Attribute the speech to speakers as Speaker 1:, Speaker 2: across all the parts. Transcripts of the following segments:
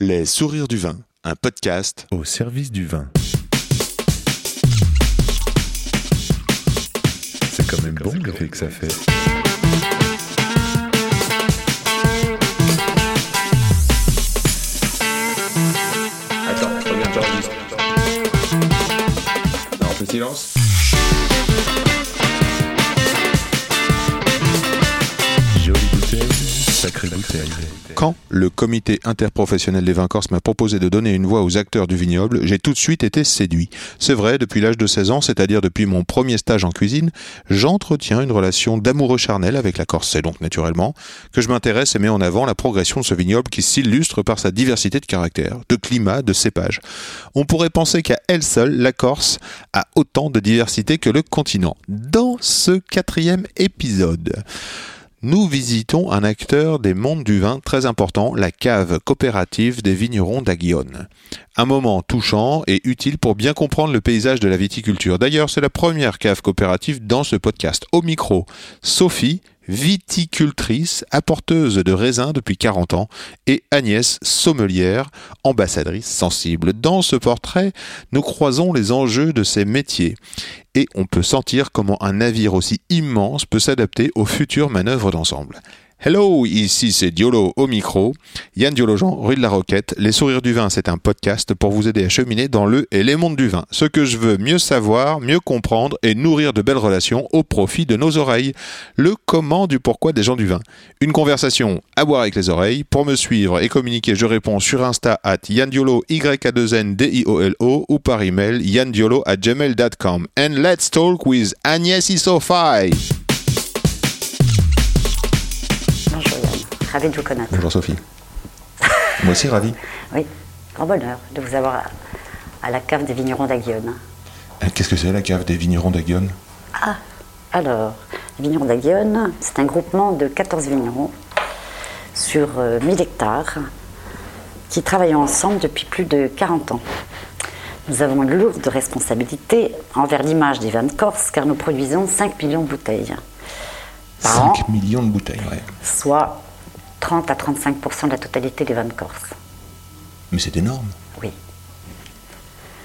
Speaker 1: Les sourires du vin, un podcast.
Speaker 2: au service du vin. C'est quand même bon le fait que ça fait.
Speaker 3: Attends, regarde, j'enregistre. Non, on fait silence
Speaker 2: Jolie bouteille, sacrée bouteille.
Speaker 1: Quand le comité interprofessionnel des vins corses m'a proposé de donner une voix aux acteurs du vignoble, j'ai tout de suite été séduit. C'est vrai, depuis l'âge de 16 ans, c'est-à-dire depuis mon premier stage en cuisine, j'entretiens une relation d'amoureux charnel avec la Corse. C'est donc naturellement que je m'intéresse et mets en avant la progression de ce vignoble qui s'illustre par sa diversité de caractères, de climat, de cépages. On pourrait penser qu'à elle seule, la Corse a autant de diversité que le continent. Dans ce quatrième épisode, nous visitons un acteur des mondes du vin très important, la cave coopérative des vignerons d'Aguillonne. Un moment touchant et utile pour bien comprendre le paysage de la viticulture. D'ailleurs, c'est la première cave coopérative dans ce podcast. Au micro, Sophie, viticultrice, apporteuse de raisins depuis 40 ans, et Agnès, sommelière, ambassadrice sensible. Dans ce portrait, nous croisons les enjeux de ces métiers et on peut sentir comment un navire aussi immense peut s'adapter aux futures manœuvres d'ensemble. Hello, ici c'est Diolo au micro, Yann Diologen, rue de la Roquette. Les sourires du vin, c'est un podcast pour vous aider à cheminer dans le et les mondes du vin. Ce que je veux mieux savoir, mieux comprendre et nourrir de belles relations au profit de nos oreilles. Le comment du pourquoi des gens du vin. Une conversation à boire avec les oreilles. Pour me suivre et communiquer, je réponds sur Insta at yandiolo, y a 2 n d i o l o ou par email yandiolo at gmail.com. And let's talk with Agnès Isofai.
Speaker 4: Bonjour Yann, ravi de vous connaître.
Speaker 1: Bonjour Sophie. Moi aussi ravi.
Speaker 4: Oui, grand bonheur de vous avoir à, à la cave des vignerons d'Aguillonne.
Speaker 1: Euh, Qu'est-ce que c'est la cave des vignerons d'Aguillonne
Speaker 4: Ah, Alors, les vignerons d'Aguillonne, c'est un groupement de 14 vignerons sur euh, 1000 hectares qui travaillent ensemble depuis plus de 40 ans. Nous avons une lourde responsabilité envers l'image des vins de Corse car nous produisons 5 millions de bouteilles par an,
Speaker 1: 5 millions de bouteilles, ouais.
Speaker 4: soit 30 à 35 de la totalité des vins de Corse.
Speaker 1: Mais c'est énorme.
Speaker 4: Oui.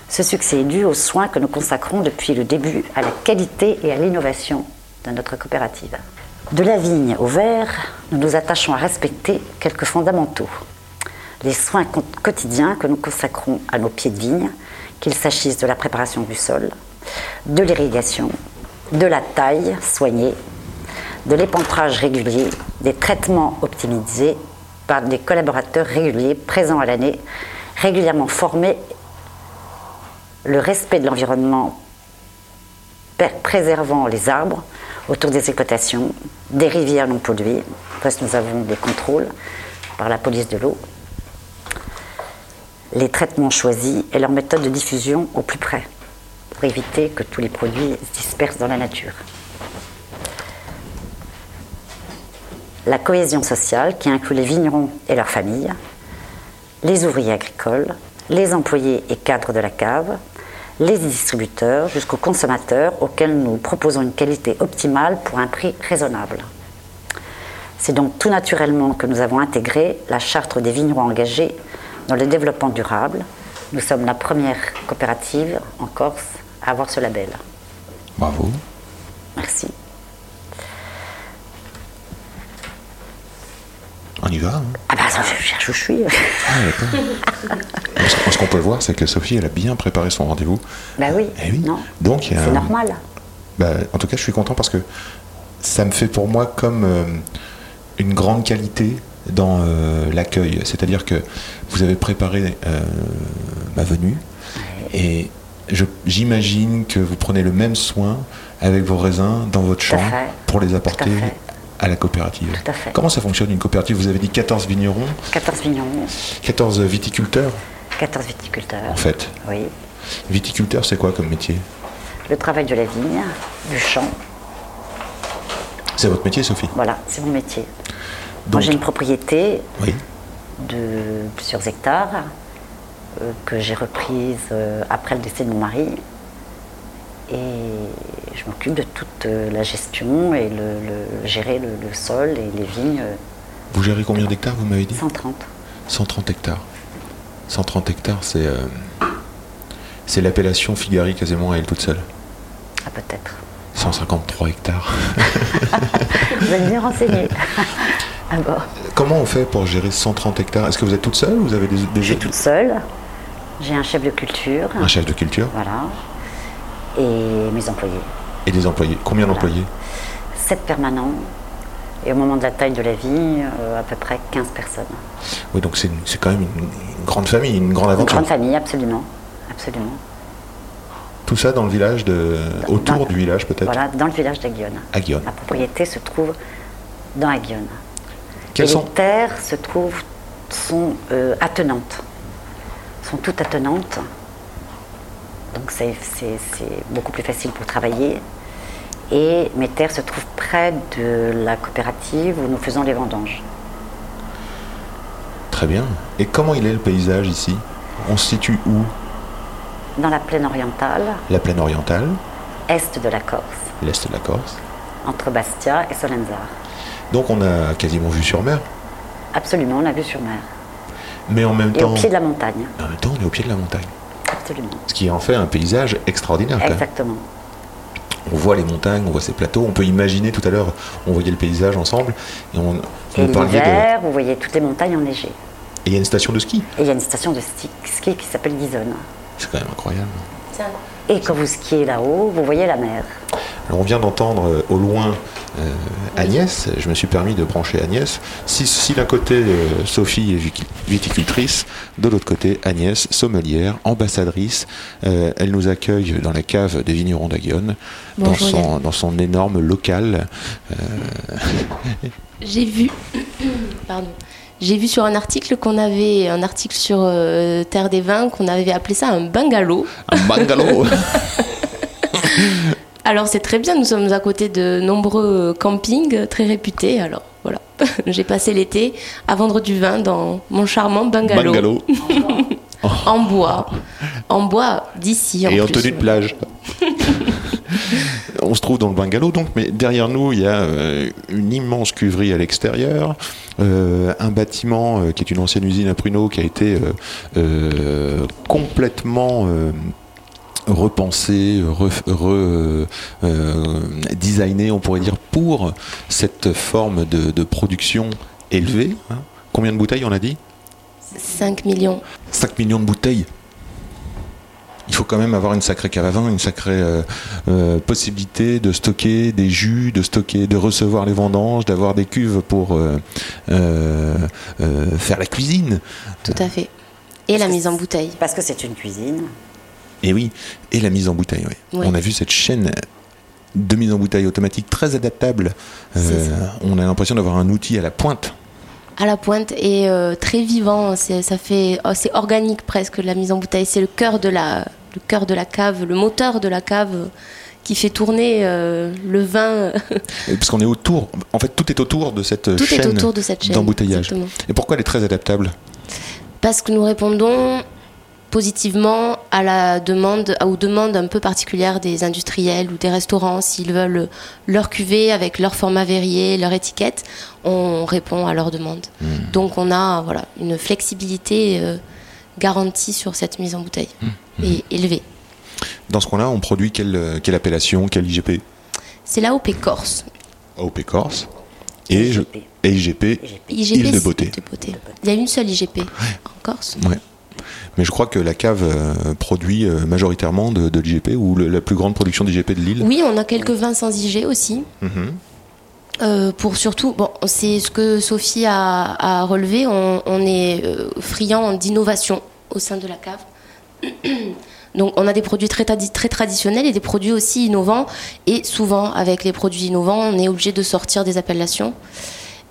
Speaker 4: Ce succès est dû aux soins que nous consacrons depuis le début à la qualité et à l'innovation de notre coopérative. De la vigne au verre, nous nous attachons à respecter quelques fondamentaux. Les soins co- quotidiens que nous consacrons à nos pieds de vigne, qu'il s'agisse de la préparation du sol, de l'irrigation, de la taille soignée, de l'épantrage régulier, des traitements optimisés par des collaborateurs réguliers présents à l'année, régulièrement formés le respect de l'environnement per- préservant les arbres autour des exploitations, des rivières non polluées, parce que nous avons des contrôles par la police de l'eau, les traitements choisis et leur méthode de diffusion au plus près, pour éviter que tous les produits se dispersent dans la nature. La cohésion sociale qui inclut les vignerons et leurs familles, les ouvriers agricoles, les employés et cadres de la cave, les distributeurs jusqu'aux consommateurs auxquels nous proposons une qualité optimale pour un prix raisonnable. C'est donc tout naturellement que nous avons intégré la charte des vignerons engagés dans le développement durable. Nous sommes la première coopérative en Corse à avoir ce label.
Speaker 1: Bravo.
Speaker 4: Merci.
Speaker 1: On y va. hein.
Speaker 4: Ah bah ça, je cherche où je suis.
Speaker 1: Ce ce qu'on peut voir, c'est que Sophie, elle a bien préparé son rendez-vous.
Speaker 4: bah oui.
Speaker 1: Eh oui.
Speaker 4: Non.
Speaker 1: Donc, il y a
Speaker 4: C'est
Speaker 1: un-
Speaker 4: normal.
Speaker 1: Bah, en tout cas, je suis content parce que ça me fait pour moi comme euh, une grande qualité dans euh, l'accueil. C'est-à-dire que vous avez préparé euh, ma venue et je- j'imagine que vous prenez le même soin avec vos raisins dans votre
Speaker 4: Tout à
Speaker 1: champ
Speaker 4: fait.
Speaker 1: pour les
Speaker 4: Tout à
Speaker 1: apporter
Speaker 4: fait.
Speaker 1: à la coopérative.
Speaker 4: Tout à fait.
Speaker 1: Comment ça fonctionne une coopérative Vous avez dit 14 vignerons,
Speaker 4: 14 vignerons,
Speaker 1: 14 viticulteurs
Speaker 4: 14 viticulteurs.
Speaker 1: en fait.
Speaker 4: Oui.
Speaker 1: Viticulteur, c'est quoi comme métier
Speaker 4: le travail de la vigne, du champ.
Speaker 1: C'est votre métier, Sophie
Speaker 4: Voilà, c'est mon métier. Moi,
Speaker 1: Donc-
Speaker 4: j'ai une propriété
Speaker 1: Oui.
Speaker 4: de plusieurs hectares euh, que j'ai reprise euh, après le décès de mon mari. Et je m'occupe de toute euh, la gestion et le, le- gérer le, le sol et les vignes euh,
Speaker 1: Vous gérez combien d'hectares, vous m'avez dit
Speaker 4: 130.
Speaker 1: 130 hectares. 130 hectares, c'est euh, c'est l'appellation Figari quasiment à elle toute seule.
Speaker 4: Ah, peut-être.
Speaker 1: 153 hectares.
Speaker 4: Vous êtes bien renseigné. ah bon.
Speaker 1: Comment on fait pour gérer 130 hectares Est-ce que vous êtes toute seule ou Vous avez des, des-
Speaker 4: Je suis toute seule. J'ai un chef de culture.
Speaker 1: un chef de culture
Speaker 4: Voilà. Et mes employés.
Speaker 1: et des employés. Combien d'employés
Speaker 4: Sept permanents. Et au moment de la taille de la vie, euh, à peu près 15 personnes.
Speaker 1: Oui, donc c'est une- c'est quand même une, une grande famille, une grande
Speaker 4: Une
Speaker 1: aventure.
Speaker 4: grande famille, absolument. Absolument.
Speaker 1: Tout ça dans le village de, autour
Speaker 4: Dans-
Speaker 1: du village peut-être.
Speaker 4: Voilà, dans le village d'Aguillonne.
Speaker 1: Aguillonne.
Speaker 4: La propriété se trouve dans Aguillonne.
Speaker 1: Quelles
Speaker 4: Et
Speaker 1: sont-
Speaker 4: les terres se trouvent, sont euh, attenantes. Sont toutes attenantes. Donc c'est c'est- c'est beaucoup plus facile pour travailler. Et mes terres se trouvent près de la coopérative où nous faisons les vendanges.
Speaker 1: Très bien. Et comment il est le paysage ici On se situe où
Speaker 4: Dans la plaine orientale,
Speaker 1: La plaine orientale,
Speaker 4: est de la Corse,
Speaker 1: l'est de la Corse.
Speaker 4: entre Bastia et Solenzar.
Speaker 1: Donc on a quasiment vue sur mer.
Speaker 4: Absolument, on a vue sur mer.
Speaker 1: Mais en même
Speaker 4: Et au
Speaker 1: temps,
Speaker 4: pied de la montagne,
Speaker 1: en même temps, on est au pied de la montagne.
Speaker 4: absolument.
Speaker 1: Ce qui en fait un paysage extraordinaire. quand même.
Speaker 4: Exactement.
Speaker 1: On voit les montagnes, on voit ces plateaux. On peut imaginer tout à l'heure, on voyait le paysage ensemble. Et on,
Speaker 4: Et
Speaker 1: on parlait de. Et
Speaker 4: l'hiver, vous voyez toutes les montagnes enneigées.
Speaker 1: il y a une station de ski.
Speaker 4: Et il y a une station de ski, ski qui s'appelle Gizone.
Speaker 1: C'est quand même incroyable.
Speaker 4: Et quand vous skiez là-haut, vous voyez la mer.
Speaker 1: Alors on vient d'entendre euh, au loin euh, Agnès, je me suis permis de brancher Agnès. Si, si d'un côté euh, Sophie est vic- viticultrice, de l'autre côté Agnès, sommelière, ambassadrice, Euh, elle nous accueille dans la cave des vignerons d'Aguillonne, dans
Speaker 5: Bonjour,
Speaker 1: son,
Speaker 5: Yann.
Speaker 1: dans son énorme local.
Speaker 5: J'ai vu, pardon, j'ai vu sur un article qu'on avait, un article sur euh, Terre des Vins, qu'on avait appelé ça un bungalow.
Speaker 1: Un bungalow
Speaker 5: Alors c'est très bien, nous sommes à côté de nombreux euh, campings euh, très réputés. Alors voilà, j'ai passé l'été à vendre du vin dans mon charmant bungalow,
Speaker 1: Bungalow
Speaker 5: en bois, en bois d'ici.
Speaker 1: et en
Speaker 5: plus.
Speaker 1: tenue de plage. On se trouve dans le bungalow, donc, mais derrière nous, il y a euh, une immense cuverie à l'extérieur, euh, un bâtiment euh, qui est une ancienne usine à pruneaux qui a été euh, euh, complètement euh, repensé, ref- re- euh, euh, designé, on pourrait dire, pour cette forme de, de production élevée. hein. Combien de bouteilles on a dit
Speaker 5: 5 millions.
Speaker 1: 5 millions de bouteilles. Il faut quand même avoir une sacrée cave à vin, une sacrée euh, euh, possibilité de stocker des jus, de stocker, de recevoir les vendanges, d'avoir des cuves pour euh, euh, euh, faire la cuisine.
Speaker 5: Tout à fait. Et la mise en bouteille.
Speaker 4: Parce que c'est une cuisine.
Speaker 1: Et oui, et la mise en bouteille. oui.
Speaker 5: Ouais.
Speaker 1: On a vu cette chaîne de mise en bouteille automatique très adaptable. Euh,
Speaker 5: C'est ça.
Speaker 1: on a l'impression d'avoir un outil à la pointe.
Speaker 5: à la pointe et euh, très vivant. C'est, ça fait, oh, c'est organique presque la mise en bouteille. C'est le cœur de la, le cœur de la cave, le moteur de la cave euh, qui fait tourner euh, le vin.
Speaker 1: Et Parce qu'on est autour, en fait tout est autour de cette
Speaker 5: Tout est
Speaker 1: chaîne
Speaker 5: autour de cette chaîne.
Speaker 1: d'embouteillage.
Speaker 5: exactement.
Speaker 1: Et pourquoi elle est très adaptable
Speaker 5: Parce que nous répondons positivement à la demande, aux demandes un peu particulières des industriels ou des restaurants s'ils veulent leur cuvée avec leur format verrier, leur étiquette, on répond à leurs demandes. Donc on a voilà une flexibilité euh, garantie sur cette mise en bouteille et élevée.
Speaker 1: Dans ce coin-là, on produit quelle, euh, quelle appellation, quel IGP
Speaker 5: C'est l'AOP Corse.
Speaker 1: AOP Corse et, je- et IGP.
Speaker 5: IGP
Speaker 1: Île de
Speaker 5: c'est
Speaker 1: beauté.
Speaker 5: de Il y a une seule IGP en Corse.
Speaker 1: Ouais. Mais je crois que la cave euh, produit euh, majoritairement de, de l'IGP ou le- la plus grande production d'IGP de l'île.
Speaker 5: Oui, on a quelques vins sans IG aussi. Euh, pour surtout, bon, c'est ce que Sophie a, a relevé, on, on est euh, friand d'innovation au sein de la cave. Donc on a des produits très, tradi- très traditionnels et des produits aussi innovants. Et souvent, avec les produits innovants, on est obligé de sortir des appellations.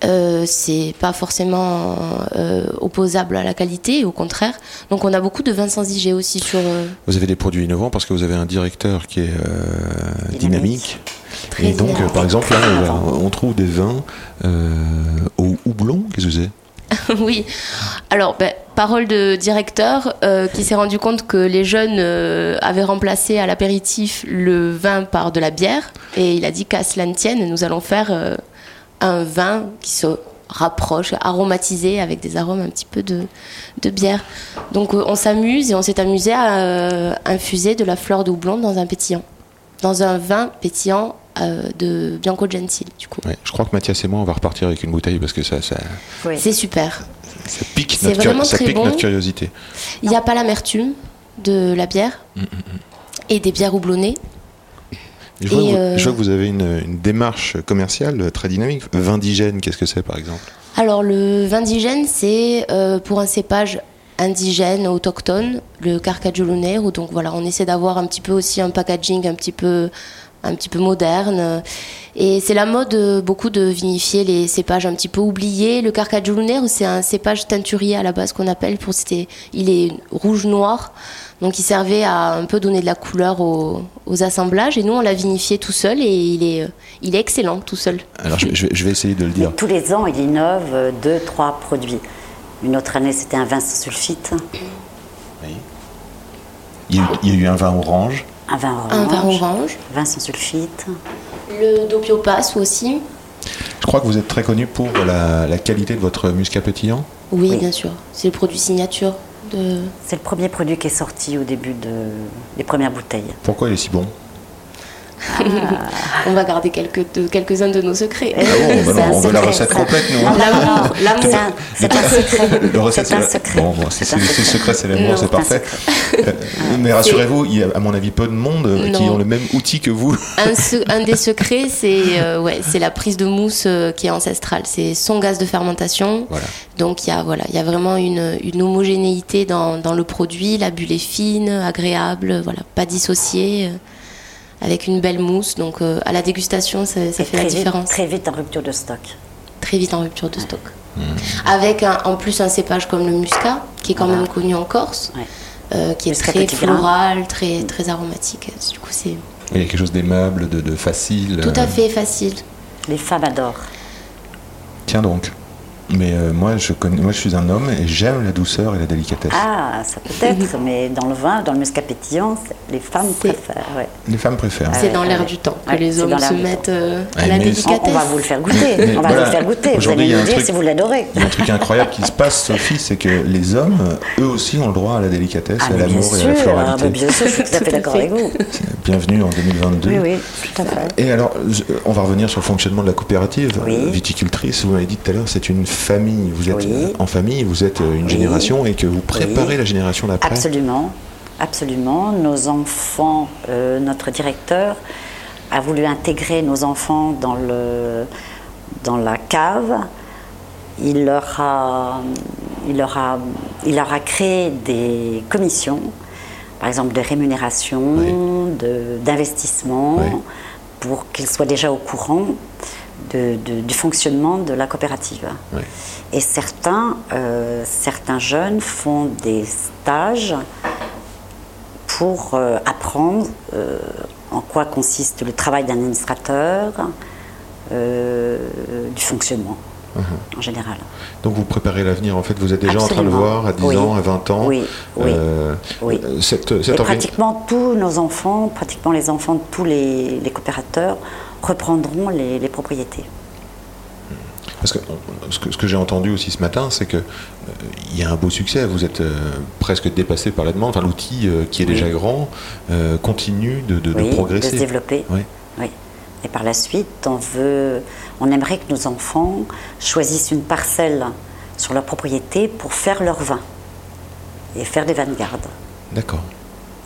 Speaker 5: Euh, c'est pas forcément euh, opposable à la qualité, au contraire. Donc on a beaucoup de vins sans IG aussi sur... euh,
Speaker 1: Vous avez des produits innovants parce que vous avez un directeur qui est euh, dynamique.
Speaker 4: Dynamique.
Speaker 5: Très
Speaker 1: Et donc, euh,
Speaker 5: dynamique.
Speaker 1: par exemple, là,
Speaker 4: Très
Speaker 1: on va-
Speaker 4: innovant.
Speaker 1: on trouve des vins euh, au houblon. Qu'est-ce que c'est
Speaker 5: Oui. Alors, ben, parole de directeur euh, qui s'est rendu compte que les jeunes euh, avaient remplacé à l'apéritif le vin par de la bière. Et il a dit qu'à cela ne tienne, nous allons faire euh, un vin qui se rapproche, aromatisé avec des arômes un petit peu de, de bière. Donc euh, on s'amuse et on s'est amusé à euh, infuser de la fleur de houblon dans un pétillant, dans un vin pétillant euh, de Bianco Gentile du coup.
Speaker 2: Ouais, je crois que Mathias et moi, on va repartir avec une bouteille parce que ça, ça,
Speaker 4: Oui.
Speaker 5: C'est super.
Speaker 2: ça pique,
Speaker 5: C'est
Speaker 2: notre, curi-
Speaker 5: vraiment
Speaker 2: ça
Speaker 5: très
Speaker 2: pique
Speaker 5: bon.
Speaker 2: notre curiosité.
Speaker 5: Il n'y a pas l'amertume de la bière et des bières houblonnées.
Speaker 2: Je vois,
Speaker 5: Et,
Speaker 2: que vous,
Speaker 5: euh,
Speaker 2: je vois que vous avez une, une démarche commerciale très dynamique. Vindigène, qu'est-ce que c'est par exemple
Speaker 5: Alors le vin indigène, c'est euh, pour un cépage indigène autochtone, le Carcajolo Negro. Donc voilà, on essaie d'avoir un petit peu aussi un packaging un petit peu un petit peu moderne. Et c'est la mode euh, beaucoup de vinifier les cépages un petit peu oubliés. Le Carcajolo Negro, c'est un cépage teinturier à la base qu'on appelle pour c'était il est rouge noir. Donc il servait à un peu donner de la couleur aux, aux assemblages et nous on l'a vinifié tout seul et il est euh, il est excellent tout seul.
Speaker 2: Alors je, je vais- je vais essayer de le
Speaker 4: Mais
Speaker 2: dire.
Speaker 4: tous les ans, il innove euh, deux, trois produits. Une autre année, c'était un vin sans sulfite,
Speaker 2: Il y, a eu, il y a eu un vin orange.
Speaker 4: un vin orange,
Speaker 5: Un vin orange.
Speaker 4: vin sans sulfite.
Speaker 5: Le Doppio Pass aussi
Speaker 2: Je crois que vous êtes très connu pour la, la qualité de votre muscat pétillant.
Speaker 5: oui,
Speaker 4: Oui.
Speaker 5: bien sûr. C'est le produit signature de.
Speaker 4: C'est le premier produit qui est sorti au début de- des premières bouteilles.
Speaker 2: Pourquoi il est si bon
Speaker 5: On va garder quelques de- quelques-uns de nos secrets.
Speaker 4: Eh oui,
Speaker 2: bon, bah
Speaker 4: c'est
Speaker 2: non,
Speaker 4: un
Speaker 2: on veut la
Speaker 4: secret,
Speaker 2: recette
Speaker 4: ça.
Speaker 2: complète, nous, hein.
Speaker 4: L'amour, l'amour, c'est un- c'est un secret.
Speaker 2: Le recette,
Speaker 4: C'est un
Speaker 2: la-
Speaker 4: secret.
Speaker 2: Bon, bon, c'est
Speaker 4: C'est un
Speaker 2: c'est- c'est le secret, c'est l'amour,
Speaker 5: Non,
Speaker 2: c'est
Speaker 4: c'est un
Speaker 2: parfait. Euh, Mais rassurez-vous, il y a à mon avis peu de monde euh, qui
Speaker 5: Non.
Speaker 2: ont le même outil que vous.
Speaker 5: un, se- un des secrets, c'est euh, ouais, c'est la prise de mousse euh, qui est ancestrale. C'est son gaz de fermentation.
Speaker 2: Voilà.
Speaker 5: Donc il y a voilà, il y a vraiment une, une homogénéité dans, dans le produit. La bulle est fine, agréable, voilà, pas dissociée, euh, avec une belle mousse. Donc euh, à la dégustation, ça, ça
Speaker 4: Et
Speaker 5: fait
Speaker 4: très
Speaker 5: la
Speaker 4: vite-
Speaker 5: différence.
Speaker 4: Très Mmh. vite en rupture de stock.
Speaker 5: très vite en rupture de stock. Avec un- en plus un cépage comme le muscat, qui est quand
Speaker 4: Voilà.
Speaker 5: même connu en Corse,
Speaker 4: Ouais.
Speaker 5: euh, qui est
Speaker 4: Muscat
Speaker 5: très
Speaker 4: petit grain.
Speaker 5: floral, très, très aromatique. Du coup, c'est
Speaker 2: Il y a quelque chose d'aimable, de, de facile.
Speaker 5: tout
Speaker 2: euh,
Speaker 5: à fait facile.
Speaker 4: Les femmes adorent.
Speaker 2: Tiens donc. Mais euh, moi, je connais, moi, je suis un homme et j'aime la douceur et la délicatesse.
Speaker 4: Ah, ça peut être, mais dans le vin, dans le muscat pétillant, c'est- les femmes
Speaker 5: C'est-
Speaker 4: préfèrent. ouais.
Speaker 2: Les femmes préfèrent.
Speaker 5: c'est
Speaker 4: Ah ouais,
Speaker 5: dans l'air
Speaker 4: ouais.
Speaker 5: du temps que
Speaker 4: Ouais,
Speaker 5: les
Speaker 4: c'est
Speaker 5: hommes
Speaker 4: dans l'air
Speaker 5: se
Speaker 4: du temps.
Speaker 5: mettent euh,
Speaker 2: Ouais,
Speaker 5: à la
Speaker 2: mais-
Speaker 4: On,
Speaker 5: délicatesse.
Speaker 4: on va vous le faire goûter.
Speaker 2: Mais
Speaker 4: on va
Speaker 2: voilà,
Speaker 4: vous le faire goûter. Vous
Speaker 2: aujourd'hui, il
Speaker 4: allez
Speaker 2: y a
Speaker 4: nous
Speaker 2: un
Speaker 4: dire
Speaker 2: truc-
Speaker 4: si vous l'adorez.
Speaker 2: Il y a un truc incroyable qui se passe, Sophie, c'est que les hommes, eux aussi, ont le droit à la délicatesse,
Speaker 4: Ah,
Speaker 2: à
Speaker 4: mais bien
Speaker 2: l'amour et à
Speaker 4: sûr,
Speaker 2: la
Speaker 4: ah, mais
Speaker 2: floralité.
Speaker 4: bien sûr, je suis tout à
Speaker 5: Tout
Speaker 4: fait
Speaker 5: à
Speaker 4: d'accord
Speaker 5: fait.
Speaker 4: avec vous.
Speaker 2: Bienvenue en 2022.
Speaker 4: Oui, oui, tout à fait.
Speaker 2: Et alors, je- on va revenir sur le fonctionnement de la coopérative
Speaker 4: Oui.
Speaker 2: euh, viticultrice. Vous m'avez dit tout à l'heure, c'est une famille. Vous êtes
Speaker 4: Oui.
Speaker 2: euh, en famille, vous êtes euh, une génération et que vous préparez
Speaker 4: Oui.
Speaker 2: la génération d'après.
Speaker 4: Absolument, absolument. Nos enfants, euh, notre directeur a voulu intégrer nos enfants dans, le, dans la cave. Il leur, a, il, leur a, il leur a créé des commissions, par exemple de rémunération, de- d'investissement,
Speaker 2: Oui.
Speaker 4: pour qu'ils soient déjà au courant de- de- du fonctionnement de la coopérative.
Speaker 2: Ouais.
Speaker 4: Et certains, euh, certains jeunes font des stages pour euh, apprendre euh, en quoi consiste le travail d'un administrateur, euh, du fonctionnement en général.
Speaker 2: Donc vous préparez l'avenir, en fait, vous êtes déjà Mhm. en train de
Speaker 4: Absolument.
Speaker 2: le voir à 10
Speaker 4: Oui.
Speaker 2: ans, à 20 ans.
Speaker 4: Oui, oui, oui.
Speaker 2: euh, Cette,
Speaker 4: Et
Speaker 2: cette organi-
Speaker 4: pratiquement tous nos enfants, pratiquement les enfants de tous les, les coopérateurs reprendront les, les propriétés.
Speaker 2: Parce que on- ce que, ce que j'ai entendu aussi ce matin, c'est que euh, il y a un beau succès. Vous êtes euh, presque dépassé par la demande. Enfin, l'outil euh, qui est déjà grand euh, continue de, de- de
Speaker 4: Oui,
Speaker 2: progresser.
Speaker 4: de se développer.
Speaker 2: Oui.
Speaker 4: Oui. Et par la suite, on veut, on aimerait que nos enfants choisissent une parcelle sur leur propriété pour faire leur vin et faire des vanguardes.
Speaker 2: D'accord.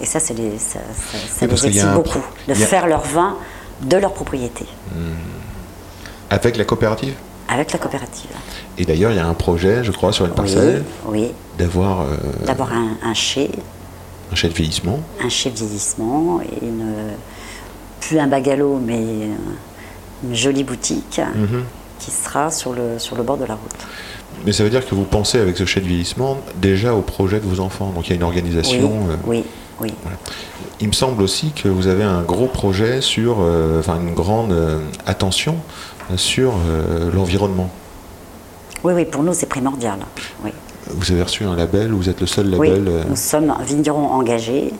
Speaker 4: Et ça, c'est les- ça, ça- ça
Speaker 2: Oui, parce
Speaker 4: les
Speaker 2: qu'il y a
Speaker 4: excite
Speaker 2: un
Speaker 4: beaucoup,
Speaker 2: pro-
Speaker 4: de
Speaker 2: il y a-
Speaker 4: faire leur vin de leur propriété
Speaker 2: Avec la coopérative.
Speaker 4: avec la coopérative.
Speaker 2: Et d'ailleurs, il y a un projet, je crois, sur une
Speaker 4: Oui,
Speaker 2: parcelle,
Speaker 4: oui.
Speaker 2: d'avoir euh,
Speaker 4: D'abord un, un chai,
Speaker 2: un chai de vieillissement.
Speaker 4: un chai vieillissement, et une, plus un bagalot, mais une jolie boutique
Speaker 2: Mhm.
Speaker 4: qui sera sur le, sur le bord de la route.
Speaker 2: Mais ça veut dire que vous pensez avec ce chai de vieillissement déjà au projet de vos enfants. Donc il y a une
Speaker 4: Oui,
Speaker 2: organisation. euh,
Speaker 4: oui, oui.
Speaker 2: Il me semble aussi que vous avez un gros projet sur, euh, enfin une grande euh, attention sur euh, l'environnement.
Speaker 4: Oui, oui, pour nous, c'est primordial. Oui,
Speaker 2: Vous avez reçu un label, vous êtes le seul
Speaker 4: Oui,
Speaker 2: label. euh,
Speaker 4: nous sommes vignerons engagés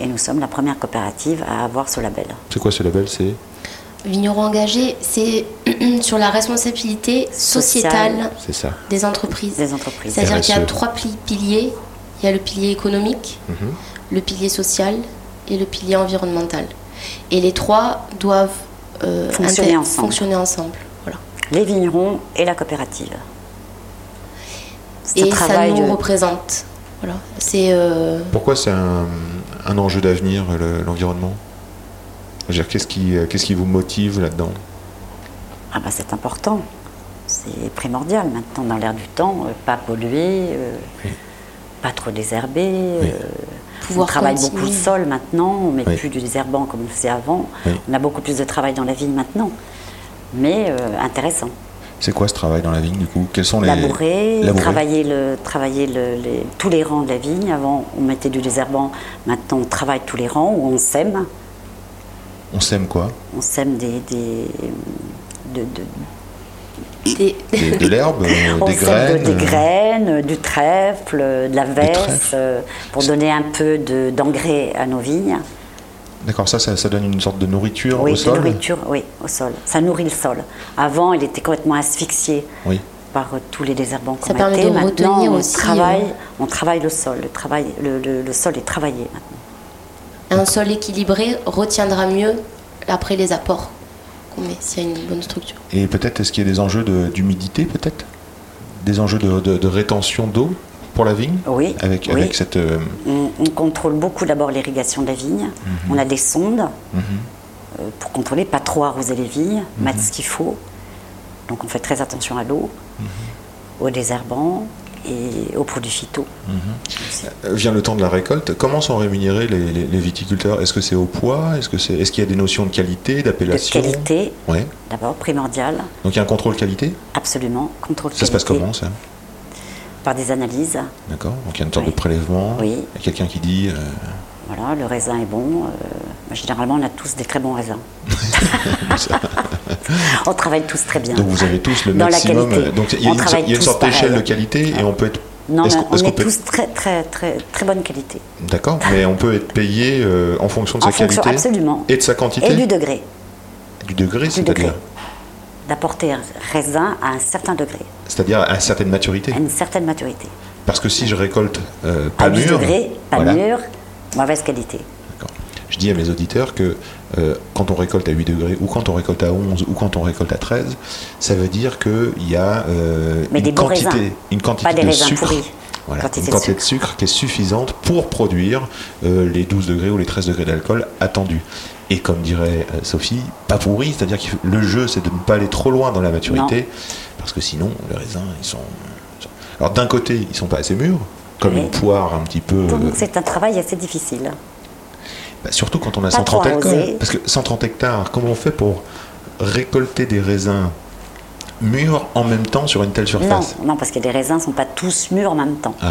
Speaker 4: et nous sommes la première coopérative à avoir ce label.
Speaker 2: C'est quoi ce label C'est
Speaker 5: Vigneron engagé, c'est sur la responsabilité sociétale
Speaker 2: C'est ça.
Speaker 5: des entreprises.
Speaker 4: des entreprises.
Speaker 5: C'est-à-dire qu'il y a
Speaker 2: RSE.
Speaker 5: trois pli- piliers. Il y a le pilier économique, le pilier social et le pilier environnemental. Et les trois doivent euh,
Speaker 4: Fonctionner
Speaker 5: inter-
Speaker 4: ensemble.
Speaker 5: fonctionner ensemble. Voilà.
Speaker 4: Les vignerons et la coopérative. C'est un
Speaker 5: Et ça
Speaker 4: travail
Speaker 5: nous
Speaker 4: de-
Speaker 5: représente. Voilà. C'est euh,
Speaker 2: Pourquoi c'est un, un enjeu d'avenir, le- l'environnement Je veux dire, Qu'est-ce qui, euh, qu'est-ce qui vous motive là-dedans
Speaker 4: Ah bah c'est important. C'est primordial maintenant dans l'air du temps. euh, Pas polluer, euh, pas trop désherber.
Speaker 2: Oui.
Speaker 4: euh, on
Speaker 5: Pouvoir
Speaker 4: travaille
Speaker 5: continuer.
Speaker 4: beaucoup le sol maintenant. On met
Speaker 2: Oui.
Speaker 4: plus du désherbant comme on faisait avant.
Speaker 2: Oui.
Speaker 4: On a beaucoup plus de travail dans la vigne maintenant. Mais euh, intéressant.
Speaker 2: C'est quoi ce travail dans la vigne du coup Quels sont les
Speaker 4: labourer,
Speaker 2: Labourer.
Speaker 4: travailler, le, travailler le- les- tous les rangs de la vigne. Avant, on mettait du désherbant. Maintenant, on travaille tous les rangs où on sème.
Speaker 2: On sème quoi
Speaker 4: On sème des. des- de- de-
Speaker 5: des-
Speaker 2: Des- De l'herbe, euh,
Speaker 4: on
Speaker 2: des
Speaker 4: sème
Speaker 2: graines.
Speaker 4: de- des
Speaker 2: euh,
Speaker 4: graines, euh, du trèfle, euh, de la verse,
Speaker 2: trèfles.
Speaker 4: euh, pour donner un peu de- d'engrais à nos vignes.
Speaker 2: D'accord, ça, ça, ça donne une sorte de nourriture
Speaker 4: oui,
Speaker 2: au
Speaker 4: de
Speaker 2: sol.
Speaker 4: nourriture, oui, au sol. Ça nourrit le sol. Avant, il était complètement asphyxié
Speaker 2: Oui.
Speaker 4: par euh, tous les désherbants
Speaker 5: Ça
Speaker 4: qu'on
Speaker 5: permet
Speaker 4: mettait.
Speaker 5: de
Speaker 4: Maintenant,
Speaker 5: retenir
Speaker 4: on
Speaker 5: aussi,
Speaker 4: travaille,
Speaker 5: euh,
Speaker 4: on travaille le sol. Le, travail, le, le- le sol est travaillé maintenant.
Speaker 5: un sol équilibré retiendra mieux après les apports qu'on met s'il y a une bonne structure.
Speaker 2: Et peut-être est-ce qu'il y a des enjeux de- d'humidité peut-être Des enjeux de, de- de rétention d'eau pour la vigne
Speaker 4: Oui,
Speaker 2: Avec,
Speaker 4: oui.
Speaker 2: avec cette. euh,
Speaker 4: On, on contrôle beaucoup d'abord l'irrigation de la vigne.
Speaker 2: Mhm.
Speaker 4: On a des sondes euh, pour contrôler, pas trop arroser les vignes,
Speaker 2: Mhm.
Speaker 4: mettre ce qu'il faut. Donc on fait très attention à l'eau,
Speaker 2: Mhm.
Speaker 4: aux désherbants et aux produits phyto.
Speaker 2: vient le temps de la récolte. Comment sont rémunérés les, les- les viticulteurs Est-ce que c'est au poids Est-ce que c'est est-ce qu'il y a des notions de qualité,
Speaker 4: De
Speaker 2: d'appellation
Speaker 4: qualité,
Speaker 2: Ouais.
Speaker 4: d'abord, primordiale,
Speaker 2: Donc il y a un contrôle qualité
Speaker 4: absolument. Contrôle
Speaker 2: Ça se passe
Speaker 4: qualité
Speaker 2: comment ça
Speaker 4: Par des analyses.
Speaker 2: D'accord. Donc il y a une sorte
Speaker 4: Oui.
Speaker 2: de prélèvement.
Speaker 4: Oui.
Speaker 2: Il y a quelqu'un qui dit. euh,
Speaker 4: Voilà, le raisin est bon. euh, bah, généralement, on a tous des très bons raisins. on travaille tous très bien.
Speaker 2: donc vous avez tous le
Speaker 4: Dans la
Speaker 2: maximum.
Speaker 4: qualité.
Speaker 2: euh, Donc il y a
Speaker 4: On
Speaker 2: une,
Speaker 4: travaille
Speaker 2: il y a une
Speaker 4: tous
Speaker 2: sorte d'échelle de
Speaker 4: pareil. Ah.
Speaker 2: qualité et on peut être.
Speaker 4: Non,
Speaker 2: est-ce
Speaker 4: mais
Speaker 2: qu'on-
Speaker 4: on
Speaker 2: est-ce
Speaker 4: est,
Speaker 2: qu'on peut-
Speaker 4: tous très, très, très, très bonne qualité.
Speaker 2: D'accord. Mais on peut être payé euh, en fonction de
Speaker 4: En
Speaker 2: sa
Speaker 4: fonction,
Speaker 2: qualité
Speaker 4: absolument.
Speaker 2: et de sa quantité.
Speaker 4: Et du degré,
Speaker 2: Du degré,
Speaker 4: du degré.
Speaker 2: c'est-à-dire
Speaker 4: D'apporter un raisin à un certain degré,
Speaker 2: C'est-à-dire à une certaine maturité.
Speaker 4: à une certaine maturité.
Speaker 2: Parce que si je récolte euh,
Speaker 4: Ah. À
Speaker 2: pas
Speaker 4: 10
Speaker 2: mûr,
Speaker 4: degrés, pas
Speaker 2: voilà.
Speaker 4: mûr, mauvaise qualité.
Speaker 2: D'accord. Je dis à mes auditeurs que euh, quand on récolte à 8 degrés, ou quand on récolte à 11, ou quand on récolte à 13, ça veut dire qu'il y a euh,
Speaker 4: Mais des
Speaker 2: une,
Speaker 4: bons
Speaker 2: quantité,
Speaker 4: raisins,
Speaker 2: une quantité
Speaker 4: pas des
Speaker 2: de
Speaker 4: raisins
Speaker 2: sucre.
Speaker 4: pourris.
Speaker 2: Voilà,
Speaker 4: Quantité
Speaker 2: une
Speaker 4: de
Speaker 2: quantité de sucre qui est suffisante pour produire euh, les 12 degrés ou les 13 degrés d'alcool attendus. Et comme dirait euh, Sophie, pas pourri, c'est-à-dire que le jeu c'est de ne pas aller trop loin dans la maturité, parce que sinon les raisins ils sont. ils sont- Alors d'un côté ils sont pas assez mûrs, comme
Speaker 4: Oui.
Speaker 2: une poire un petit peu. euh,
Speaker 4: Donc c'est un travail assez difficile.
Speaker 2: bah, surtout quand on a
Speaker 4: Pas
Speaker 2: 130
Speaker 4: trop
Speaker 2: hectares.
Speaker 4: arrosé.
Speaker 2: Parce que 130 hectares, comment on fait pour récolter des raisins mûrs en même temps sur une telle
Speaker 4: Non,
Speaker 2: surface
Speaker 4: non, parce que les raisins ne sont pas tous mûrs en même temps.
Speaker 2: Ah,